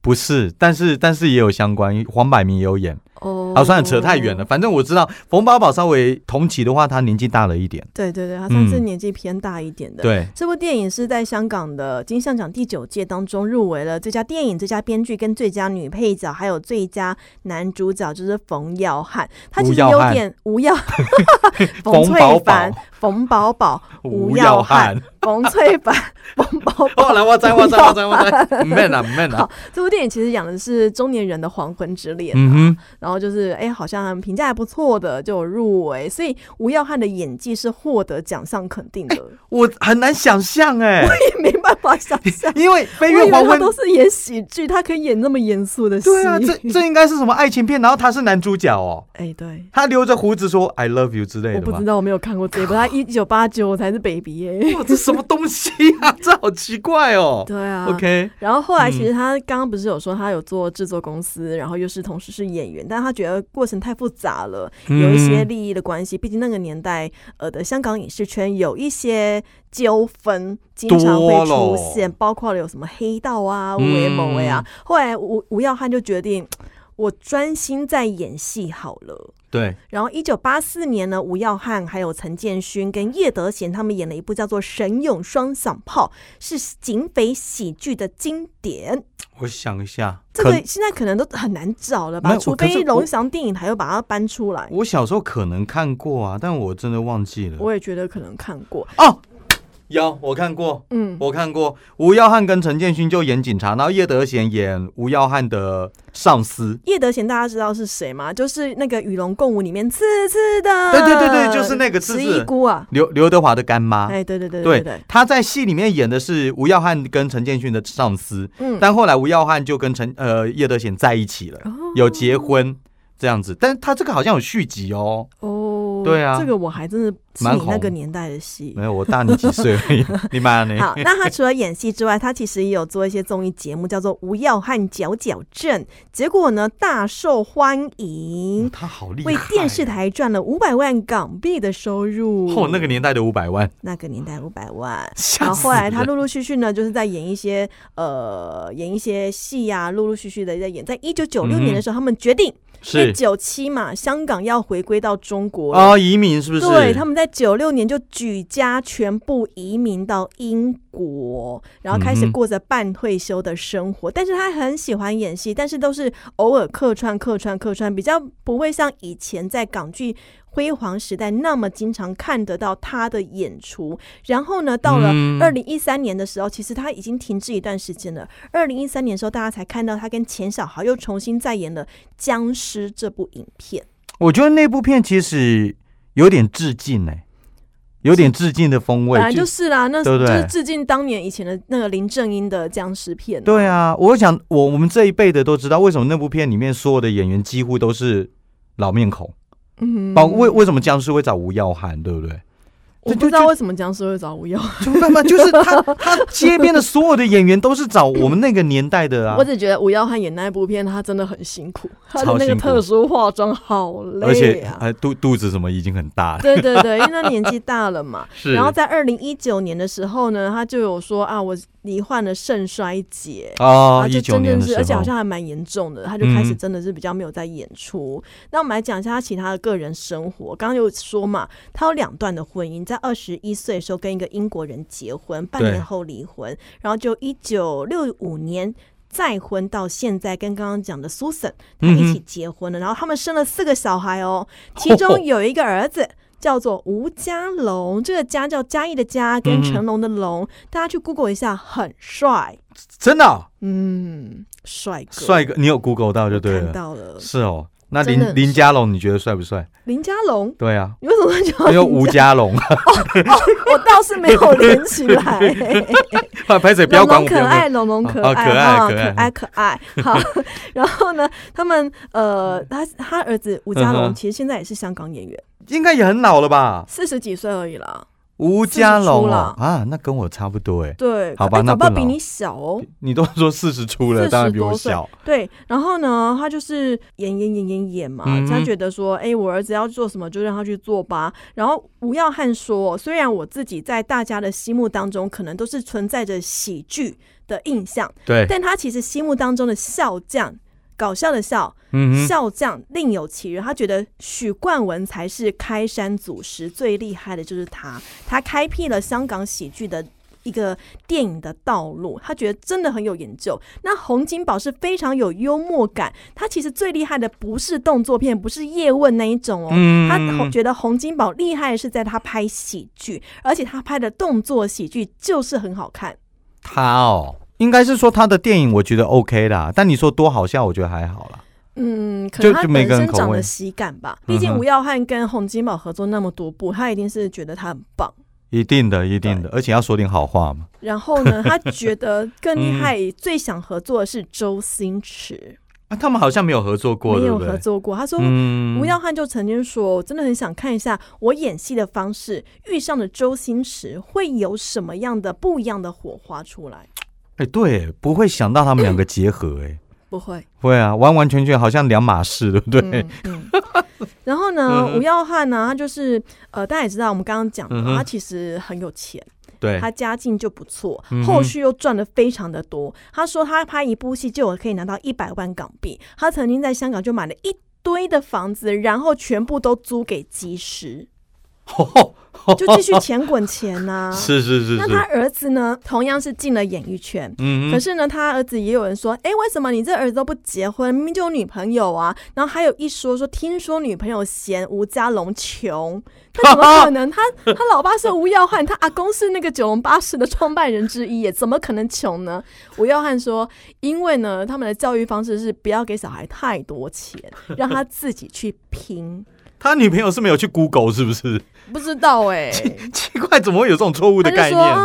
Speaker 1: 不是，但是但是也有相关，黄百鸣也有演。
Speaker 2: 哦
Speaker 1: 啊，算了，扯太远了。。反正我知道冯宝宝稍微同期的话，他年纪大了一点。
Speaker 2: 对对对，他算是
Speaker 1: 嗯
Speaker 2: 年纪偏大一点的。
Speaker 1: 对，
Speaker 2: 这部电影是在香港的金像奖第九届当中入围了最佳电影、最佳编剧跟最佳女配角，还有最佳男主角，就是冯耀汉。他其实
Speaker 1: 吴耀
Speaker 2: 有
Speaker 1: 汉 *laughs*
Speaker 2: 点吴耀，
Speaker 1: 冯
Speaker 2: 翠
Speaker 1: 宝宝
Speaker 2: 凡、冯宝宝、
Speaker 1: 吴
Speaker 2: 吴
Speaker 1: 耀
Speaker 2: 耀
Speaker 1: 汉
Speaker 2: 汉、冯翠凡、冯宝
Speaker 1: *laughs*
Speaker 2: 宝。
Speaker 1: 后来我在我在我在我在，唔免啦唔免啦
Speaker 2: 好。这部电影其实讲的是中年人的黄昏之恋，
Speaker 1: 嗯哼，
Speaker 2: 然后就是哎、好像评价还不错的，就有入围，所以吴耀汉的演技是获得奖项肯定的，
Speaker 1: 我很难想象 *laughs* 哎，。
Speaker 2: *laughs* 也没办法想象
Speaker 1: *laughs* 因为《
Speaker 2: 我
Speaker 1: 飞
Speaker 2: 以
Speaker 1: 越
Speaker 2: 为
Speaker 1: 黄
Speaker 2: 他
Speaker 1: 昏
Speaker 2: 都》是演喜剧，他可以演那么严肃的戏。
Speaker 1: 对啊，这 *laughs* 这应该是什么爱情片？然后他是男主角哦，
Speaker 2: 哎、对，
Speaker 1: 他留着胡子说 “I love you” 之类
Speaker 2: 我
Speaker 1: 的
Speaker 2: 不知
Speaker 1: 吗？
Speaker 2: 道，我没有看过这部。他一九八九才是 baby 耶、
Speaker 1: 哇，这什么东西啊？这好奇怪哦。
Speaker 2: 对啊
Speaker 1: OK，
Speaker 2: 然后后来，
Speaker 1: 嗯
Speaker 2: 其实他刚刚不是有说他有做制作公司，然后又是同时是演员，但他觉得过程太复杂了，有一些
Speaker 1: 嗯
Speaker 2: 利益的关系。毕竟那个年代，呃的香港影视圈有一些纠纷，经常会
Speaker 1: 多
Speaker 2: 出
Speaker 1: 咯
Speaker 2: 现，包括了有什么黑道啊、
Speaker 1: 嗯
Speaker 2: 为某为啊。后来吴吴耀汉就决定，我专心在演戏好了。
Speaker 1: 对，
Speaker 2: 然后，一九八四年呢，吴耀汉还有陈建勋跟叶德娴他们演了一部叫做《神勇双响炮》，是警匪喜剧的经典。
Speaker 1: 我想一下，
Speaker 2: 这
Speaker 1: 可
Speaker 2: 个现在可能都很难找了
Speaker 1: 没
Speaker 2: 吧？
Speaker 1: 有
Speaker 2: 除
Speaker 1: 可是
Speaker 2: 非
Speaker 1: 我
Speaker 2: 龙翔电影台又把它搬出来。
Speaker 1: 我小时候可能看过啊，但我真的忘记了。
Speaker 2: 我也觉得可能看过，
Speaker 1: 哦，有我看过，
Speaker 2: 嗯，
Speaker 1: 我看过吴耀汉跟陈建勋就演警察，然后叶德娴演吴耀汉的上司。
Speaker 2: 叶德娴大家知道是谁吗？就是那个《与龙共舞》里面刺刺的，
Speaker 1: 对对对对就是那个刺刺啊
Speaker 2: 十一姑啊，
Speaker 1: 刘刘德华的干妈，
Speaker 2: 哎，对对对对对，
Speaker 1: 他在戏里面演的是吴耀汉跟陈建勋的上司，
Speaker 2: 嗯，哦
Speaker 1: 但后来吴耀汉就跟陈呃叶德娴在一起了，有结婚这样子，但他这个好像有续集哦，
Speaker 2: 哦，
Speaker 1: 对啊
Speaker 2: 这个我还真的是
Speaker 1: 蛮
Speaker 2: 你那
Speaker 1: 红
Speaker 2: 个年代的戏
Speaker 1: 没，有，我大你几岁而
Speaker 2: *laughs*
Speaker 1: 已，你妈呢？
Speaker 2: 好，那他除了演戏之外，他其实也有做一些综艺节目，叫做《吴耀汉矫矫正》，结果呢大受欢
Speaker 1: 嗯
Speaker 2: 迎，
Speaker 1: 他好厉害，啊
Speaker 2: 为电视。台赚了五百万港币的收入。
Speaker 1: 哦，那个年代的五百万，
Speaker 2: 那个年代五百万。
Speaker 1: 吓
Speaker 2: 然后
Speaker 1: 死
Speaker 2: 后来他
Speaker 1: 人
Speaker 2: 陆陆续续呢，就是在演一些呃演一些戏呀、陆陆续续的在演。在一九九六
Speaker 1: 嗯哼
Speaker 2: 年的时候，他们决定因为
Speaker 1: 是
Speaker 2: 九七嘛，香港要回归到中国了
Speaker 1: 哦，移民是不是？
Speaker 2: 对，他们在九六年就举家全部移民到英国，然后开始
Speaker 1: 嗯哼
Speaker 2: 过着半退休的生活。但是他很喜欢演戏，但是都是偶尔客串、客串、客串，比较不会像以前在港剧辉煌时代那么经常看得到他的演出。然后呢，到了
Speaker 1: 嗯
Speaker 2: 二零一三年的时候，其实他已经停滞一段时间了。二零一三年的时候，大家才看到他跟钱小豪又重新再演了《僵尸》这部影片。
Speaker 1: 我觉得那部片其实有点致敬哎、有点致敬的风味
Speaker 2: 本。来
Speaker 1: 就
Speaker 2: 就是啦，那
Speaker 1: 对不对
Speaker 2: 就是致敬当年以前的那个林正英的僵尸片、啊。
Speaker 1: 对啊，我想我我们这一辈的都知道，为什么那部片里面所有的演员几乎都是老面孔，
Speaker 2: 嗯，
Speaker 1: 包为为什么僵尸会找吴耀汉，对不对？
Speaker 2: 我
Speaker 1: 这
Speaker 2: 不
Speaker 1: 就
Speaker 2: 知道为什么僵尸会找吴耀，
Speaker 1: *laughs* 就那么就是他他街边的所有的演员都是找我们那个年代的啊
Speaker 2: 我，只觉得吴耀汉演那一部片，他真的很辛苦，他的
Speaker 1: 超
Speaker 2: 那个
Speaker 1: 辛苦
Speaker 2: 特殊化妆好
Speaker 1: 而
Speaker 2: 累
Speaker 1: 且
Speaker 2: 啊。
Speaker 1: 呃肚肚子什么已经很大了，
Speaker 2: 对对对，因为他年纪大了嘛。
Speaker 1: *laughs* 是
Speaker 2: 然后在二零一九年的时候呢，他就有说啊，我罹患了肾衰竭。
Speaker 1: 哦
Speaker 2: 啊，，
Speaker 1: 一
Speaker 2: 就
Speaker 1: 九
Speaker 2: 真
Speaker 1: 年
Speaker 2: 的
Speaker 1: 的
Speaker 2: 是，
Speaker 1: 时
Speaker 2: 而且好
Speaker 1: 候，
Speaker 2: 像还蛮严重的，他就开始
Speaker 1: 嗯
Speaker 2: 真的是比较没有在演出。那我们来讲一下他其他的个人生活。刚刚有说嘛，他有两段的婚姻，在二十一岁的时候跟一个英国人结婚，半
Speaker 1: 对
Speaker 2: 年后离婚，然后就一九六五年。再婚到现在，跟刚刚讲的 Susan 他
Speaker 1: 嗯哼
Speaker 2: 一起结婚了，然后他们生了四个小孩哦，其中有一个儿子叫做吴家龙，这个家叫嘉义的嘉跟
Speaker 1: 嗯哼
Speaker 2: 成龙的龙，大家去 Google 一下，很帅。
Speaker 1: 真的哦
Speaker 2: 嗯，帅哥，
Speaker 1: 帅哥，你有 Google 到就对
Speaker 2: 看
Speaker 1: 了，
Speaker 2: 到了，
Speaker 1: 是哦。那
Speaker 2: 真的
Speaker 1: 林
Speaker 2: 很
Speaker 1: 林
Speaker 2: 帅
Speaker 1: 家龙，你觉得帅不帅？
Speaker 2: 林家龙，
Speaker 1: 对
Speaker 2: *laughs*
Speaker 1: 啊，
Speaker 2: 你为什么会讲
Speaker 1: 还有
Speaker 2: 到林
Speaker 1: 吴
Speaker 2: 家？
Speaker 1: 家
Speaker 2: *laughs*
Speaker 1: 龙，
Speaker 2: 我倒是没有连起
Speaker 1: *laughs*
Speaker 2: 来，
Speaker 1: 拍哎谁不要管我，不
Speaker 2: 龙龙可
Speaker 1: 要管我
Speaker 2: 爱，龙龙可
Speaker 1: 哦可
Speaker 2: 爱，
Speaker 1: 爱
Speaker 2: 哈，
Speaker 1: 可爱
Speaker 2: 爱可爱，好。 *laughs* 然后呢，他们呃，他他儿子吴家
Speaker 1: 嗯
Speaker 2: 龙
Speaker 1: 哼
Speaker 2: 其实现在也是香港演员，
Speaker 1: 应该也很老了吧？
Speaker 2: 四十几岁而已啦。
Speaker 1: 吴家
Speaker 2: 40出
Speaker 1: 龙
Speaker 2: 了
Speaker 1: 哦啊，那跟我差不多哎。
Speaker 2: 对，
Speaker 1: 好吧
Speaker 2: 哎
Speaker 1: 那
Speaker 2: 搞不好
Speaker 1: 不
Speaker 2: 比
Speaker 1: 老
Speaker 2: 你小哦。
Speaker 1: 你都说四十出了，
Speaker 2: 40
Speaker 1: 当然比我小。
Speaker 2: 对，然后呢，他就是演演演演演嘛，
Speaker 1: 嗯哼
Speaker 2: 他觉得说，哎、我儿子要做什么就让他去做吧。然后吴耀汉说，虽然我自己在大家的心目当中可能都是存在着喜剧的印象，
Speaker 1: 对，
Speaker 2: 但他其实心目当中的笑匠。搞笑的笑，
Speaker 1: 嗯哼，
Speaker 2: 笑匠另有其人。他觉得许冠文才是开山祖师，最厉害的就是他。他开辟了香港喜剧的一个电影的道路，他觉得真的很有研究。那洪金宝是非常有幽默感，他其实最厉害的不是动作片，不是叶问那一种哦，
Speaker 1: 嗯
Speaker 2: 他觉得洪金宝厉害的是在他拍喜剧，而且他拍的动作喜剧就是很好看。
Speaker 1: 他哦，应该是说他的电影我觉得 OK 啦，但你说多好笑，我觉得还好啦。
Speaker 2: 嗯，可
Speaker 1: 就
Speaker 2: 能他
Speaker 1: 就每
Speaker 2: 本
Speaker 1: 个人
Speaker 2: 身
Speaker 1: 口
Speaker 2: 长
Speaker 1: 味
Speaker 2: 得喜感吧。毕
Speaker 1: 嗯
Speaker 2: 竟
Speaker 1: 哼
Speaker 2: 吴耀汉跟洪金宝合作那么多部，他一定是觉得他很棒。
Speaker 1: 一定的，一定的，而且要说点好话嘛。
Speaker 2: 然后呢，他觉得更
Speaker 1: 嗯
Speaker 2: 厉害、最想合作的是周星驰，
Speaker 1: 啊，他们好像没有合作过，
Speaker 2: 没
Speaker 1: 对不
Speaker 2: 有合
Speaker 1: 对？
Speaker 2: 作过。他说，
Speaker 1: 嗯
Speaker 2: 吴耀汉就曾经说：“我真的很想看一下我演戏的方式遇上了周星驰会有什么样的不一样的火花出来。
Speaker 1: 哎、对，不会想到他们两个结合、
Speaker 2: *clears throat*
Speaker 1: 哎、”
Speaker 2: 不会，
Speaker 1: 会啊，完完全全好像两码事，对不对？
Speaker 2: 嗯嗯。然后呢，
Speaker 1: 哎嗯
Speaker 2: 吴耀汉呢，他就是呃，大家也知道，我们刚刚讲的
Speaker 1: 嗯，哼
Speaker 2: 他其实很有钱。
Speaker 1: 对， *laughs*
Speaker 2: 他家境就不错
Speaker 1: 嗯，哼
Speaker 2: 后续又赚的非常的多。他说他拍一部戏就有可以拿到一百万港币。他曾经在香港就买了一堆的房子，然后全部都租给技师，就继续钱滚钱啊呐、
Speaker 1: 哦 *laughs* 是是是
Speaker 2: 那他
Speaker 1: 是，
Speaker 2: 儿子呢，同样是进了演艺圈。
Speaker 1: 嗯
Speaker 2: 可
Speaker 1: 嗯，
Speaker 2: 是呢，他儿子也有人说，哎、为什么你这儿子都不结婚，明明就有女朋友啊？然后还有一说说，听说女朋友嫌吴家龙穷，他怎么可能？他他老爸是吴耀汉，他阿公是那个九龙巴士的创办人之一耶，怎么可能穷
Speaker 1: *laughs*
Speaker 2: 呢？吴耀汉说，因为呢，他们的教育方式是不要给小孩太多钱，让他自己去拼。
Speaker 1: 他女朋友是没有去 Google 是不是？ *laughs*
Speaker 2: 不知道哎、
Speaker 1: 奇怪，怎么会有这种错误
Speaker 2: 他
Speaker 1: 的
Speaker 2: 就
Speaker 1: 概
Speaker 2: 说
Speaker 1: 念？
Speaker 2: 啊，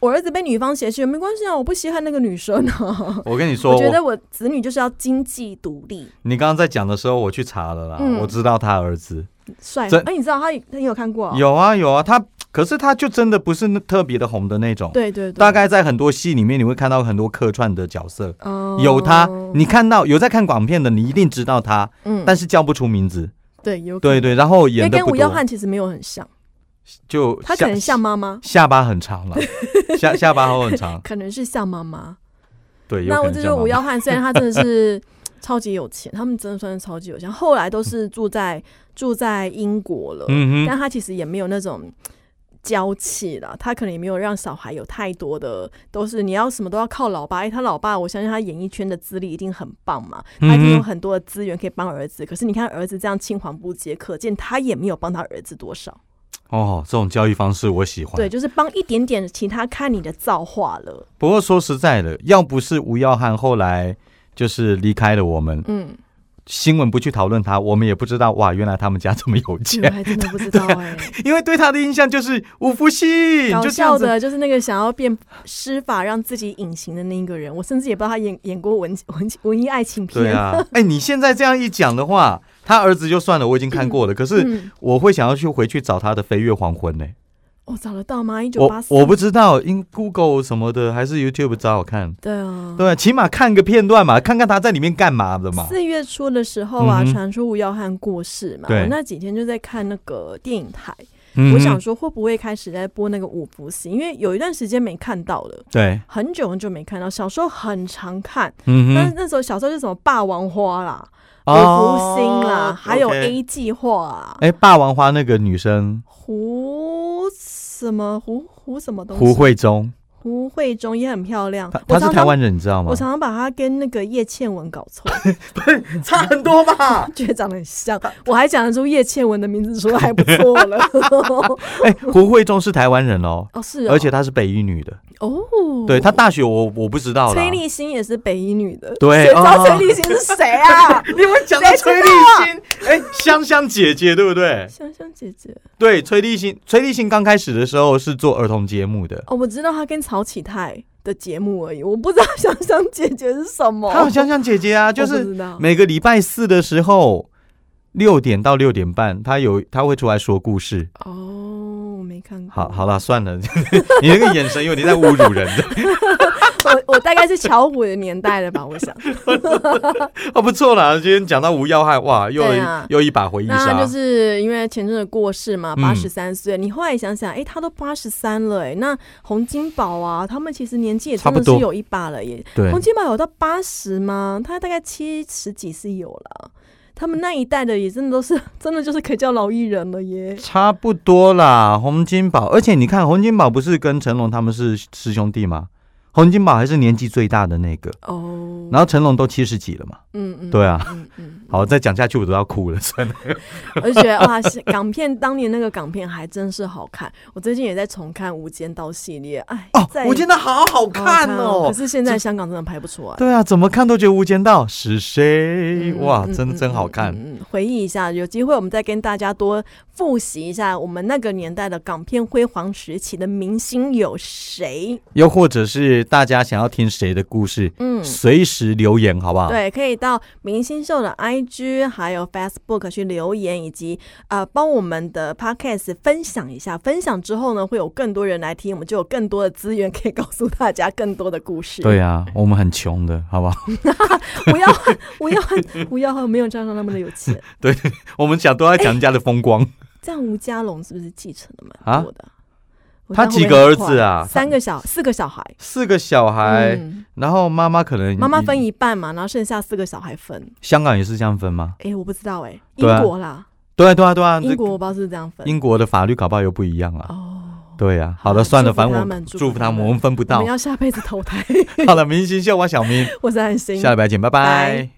Speaker 2: 我儿子被女方挟持，没关系啊，我不稀罕那个女生
Speaker 1: *laughs*
Speaker 2: 啊。
Speaker 1: 我跟你说，
Speaker 2: 我觉得我子女就是要经济独立，
Speaker 1: 你刚刚在讲的时候，我去查了啦，
Speaker 2: 嗯
Speaker 1: 我知道他儿子
Speaker 2: 帅吗
Speaker 1: 这。
Speaker 2: 哎、你知道他他有看过、哦？，
Speaker 1: 有啊有啊，他可是他就真的不是那特别的红的那种，
Speaker 2: 对对对，
Speaker 1: 大概在很多戏里面你会看到很多客串的角色，
Speaker 2: 哦
Speaker 1: 有他，你看到有在看港片的，你一定知道他，
Speaker 2: 嗯，
Speaker 1: 但是叫不出名字。
Speaker 2: 对有可能
Speaker 1: 对对，然后
Speaker 2: 因为
Speaker 1: 演的
Speaker 2: 跟
Speaker 1: 不
Speaker 2: 吴耀
Speaker 1: 多，
Speaker 2: 汉其实没有很像，
Speaker 1: 就
Speaker 2: 他可能像妈妈，
Speaker 1: 下巴很长
Speaker 2: *laughs*
Speaker 1: 了，下下巴好很长，
Speaker 2: 可能是像妈妈。
Speaker 1: 对，有
Speaker 2: 那
Speaker 1: 可
Speaker 2: 我
Speaker 1: 能
Speaker 2: 这
Speaker 1: 像妈
Speaker 2: 就
Speaker 1: 妈
Speaker 2: 吴耀汉，虽然他真的是超级有钱，他们真的算是超级有钱，后来都是住在住在英国了，
Speaker 1: 嗯哼，
Speaker 2: 但他其实也没有那种。娇气啦，他可能也没有让小孩有太多的，都是你要什么都要靠老爸。哎、他老爸，我相信他演艺圈的资历一定很棒嘛，他一
Speaker 1: 嗯
Speaker 2: 定有
Speaker 1: 哼
Speaker 2: 很多的资源可以帮儿子。可是你看儿子这样青黄不接，可见他也没有帮他儿子多少。
Speaker 1: 哦，这种教育方式我喜欢。
Speaker 2: 对，，就是帮一点点，其他看你的造化了。
Speaker 1: 不过说实在的，要不是吴耀汉后来就是离开了我们，
Speaker 2: 嗯，
Speaker 1: 新闻不去讨论他，我们也不知道哇，原来他们家这么有 *laughs*
Speaker 2: 这个
Speaker 1: 钱，
Speaker 2: 还真的不知道哎、
Speaker 1: 因为对他的印象就是五福星，
Speaker 2: 搞
Speaker 1: 就这样
Speaker 2: 笑
Speaker 1: 子。
Speaker 2: 的就是那个想要变施法让自己隐形的那一个人，我甚至也不知道他演演过文文文艺爱情片。
Speaker 1: 对啊，哎、你现在这样一讲的话，他儿子就算了，我已经看过了，可是
Speaker 2: 嗯，
Speaker 1: 我会想要去回去找他的《飞越黄昏》呢。
Speaker 2: 我、哦找得到吗？一九八
Speaker 1: 我
Speaker 2: 四，
Speaker 1: 我不知道，因 Google 什么的还是 YouTube 找我看。
Speaker 2: 对啊。
Speaker 1: 对，起码看个片段嘛，看看他在里面干嘛的嘛。
Speaker 2: 四月初的时候啊，
Speaker 1: 嗯哼
Speaker 2: 传出吴耀汉过世嘛，
Speaker 1: 对
Speaker 2: 我那几天就在看那个电影台，
Speaker 1: 嗯
Speaker 2: 我想说会不会开始在播那个五福星，因为有一段时间没看到了，
Speaker 1: 对，
Speaker 2: 很久很久没看到，小时候很常看，
Speaker 1: 嗯
Speaker 2: 但是
Speaker 1: 哼，
Speaker 2: 那时候小时候就什么霸王花啦、五
Speaker 1: 哦
Speaker 2: 福星啦，还有
Speaker 1: OK
Speaker 2: A 计划啊，
Speaker 1: 哎，霸王花那个女生
Speaker 2: 胡什么胡胡什么东西？
Speaker 1: 胡慧中，
Speaker 2: 胡慧中也很漂亮
Speaker 1: 她，她
Speaker 2: 我
Speaker 1: 是
Speaker 2: 常
Speaker 1: 台
Speaker 2: 常
Speaker 1: 湾人，你知道吗
Speaker 2: 我？常常把她跟那个叶倩文
Speaker 1: *laughs*
Speaker 2: 搞错，
Speaker 1: 差很多吧？
Speaker 2: *laughs* 觉得长得很像，我还讲得出叶倩文的名字，说得还不错了。 *laughs*
Speaker 1: 哎，胡慧中是台湾人哦，
Speaker 2: 哦，是哦，
Speaker 1: 而且她是北一女的，
Speaker 2: 哦，
Speaker 1: 对她大学我我不知道啦
Speaker 2: 崔。立新也是北一女的，
Speaker 1: 对
Speaker 2: 谁知道
Speaker 1: 哦
Speaker 2: 崔立新是谁啊？
Speaker 1: *laughs* 你们讲到崔立新，哎，香香姐姐对不对？
Speaker 2: 香香姐姐，
Speaker 1: 对，崔立新，崔立新刚开始的时候是做儿童节目的，
Speaker 2: 哦，我知道她跟曹启泰的节目而已，我不知道香香姐姐是什么。
Speaker 1: 她有香香姐姐
Speaker 2: *laughs*
Speaker 1: 啊，就
Speaker 2: 哦我
Speaker 1: 是
Speaker 2: 不知道
Speaker 1: 每个礼拜四的时候，六点到六点半，他有他会出来说故事。
Speaker 2: 哦，我没看过。
Speaker 1: 好，好啦，算了， *laughs* 你那个眼神有点在侮辱人。
Speaker 2: 我我大概是巧虎的年代了吧，我想。
Speaker 1: *laughs* 哦，不错啦，今天讲到吴耀汉，哇，又
Speaker 2: 对
Speaker 1: 一、
Speaker 2: 啊
Speaker 1: 又一把回忆
Speaker 2: 那
Speaker 1: 杀。
Speaker 2: 就是因为前阵子过世嘛，
Speaker 1: 嗯
Speaker 2: 八十三岁。你后来想想，哎、他都八十三了、诶那洪金宝啊，他们其实年纪也真
Speaker 1: 差不
Speaker 2: 的
Speaker 1: 多
Speaker 2: 是有一把了耶。
Speaker 1: 对
Speaker 2: 洪金宝有到八十吗？他大概七十几是有了。他们那一代的也真的都是， *laughs* 真的就是可以叫老艺人了耶。
Speaker 1: 差不多啦。洪金宝，而且你看，洪金宝不是跟成龙他们是师兄弟吗？洪金宝还是年纪最大的那个，
Speaker 2: 哦，
Speaker 1: 然后成龙都七十几了嘛。
Speaker 2: 嗯嗯，
Speaker 1: 对啊
Speaker 2: 嗯，嗯
Speaker 1: 好，再讲下去我都要哭了，真的。
Speaker 2: 嗯，而且哇，是港片当年那个港片还真是好看，我最近也在重看《无间道》系列，哎，
Speaker 1: 哦
Speaker 2: 在，
Speaker 1: 我觉得好好看
Speaker 2: 可
Speaker 1: 哦。
Speaker 2: 是现在香港真的拍不出来。
Speaker 1: 对啊，怎么看都觉得《无间道》是谁？
Speaker 2: 嗯
Speaker 1: 哇，
Speaker 2: 嗯
Speaker 1: 真
Speaker 2: 嗯
Speaker 1: 真好
Speaker 2: 嗯
Speaker 1: 看。
Speaker 2: 嗯，嗯回忆一下，有机会我们再跟大家多复习一下我们那个年代的港片辉煌时期的明星有谁。
Speaker 1: 又或者是大家想要听谁的故事，
Speaker 2: 嗯，
Speaker 1: 随时留言好不好？
Speaker 2: 对，可以到明星秀的 IG 还有 Facebook 去留言，以及呃帮我们的 Podcast 分享一下。分享之后呢，会有更多人来听，我们就有更多的资源可以告诉大家更多的故事。
Speaker 1: 对，啊，我们很穷的，好不
Speaker 2: *laughs*
Speaker 1: 好？
Speaker 2: 不要恨，不要恨，不要恨，没有张张那么的有钱。
Speaker 1: 我们讲都要讲人家的风光。
Speaker 2: 这样吴家龙是不是继承了蛮
Speaker 1: 啊
Speaker 2: 多的？我
Speaker 1: 他
Speaker 2: 这样会
Speaker 1: 几
Speaker 2: 不
Speaker 1: 个
Speaker 2: 会
Speaker 1: 儿
Speaker 2: 很
Speaker 1: 子
Speaker 2: 坏
Speaker 1: 啊
Speaker 2: 三个小，四个小孩。
Speaker 1: 四个小孩，
Speaker 2: 嗯
Speaker 1: 然后妈妈可能
Speaker 2: 妈妈分
Speaker 1: 一，
Speaker 2: 一半嘛，然后剩下四个小孩分。
Speaker 1: 香港也是这样分吗？
Speaker 2: 哎，我不知道哎，英
Speaker 1: 对啊
Speaker 2: 国啦，
Speaker 1: 对啊，对啊，对啊，
Speaker 2: 英
Speaker 1: 这
Speaker 2: 国我不知道是不是这样分。
Speaker 1: 英国的法律搞不好又不一样啊。
Speaker 2: 哦，
Speaker 1: 对啊，好
Speaker 2: 好
Speaker 1: 的，算了，
Speaker 2: 祝福
Speaker 1: 反正
Speaker 2: 他
Speaker 1: 我
Speaker 2: 们祝
Speaker 1: 祝
Speaker 2: 福
Speaker 1: 福
Speaker 2: 他
Speaker 1: 他们，
Speaker 2: 们
Speaker 1: 我们分不
Speaker 2: 我
Speaker 1: 到
Speaker 2: 们。要下辈子投胎。 *laughs*
Speaker 1: 好了，明星秀我小明，
Speaker 2: 我是安心
Speaker 1: 下。礼拜见，拜
Speaker 2: 拜
Speaker 1: 拜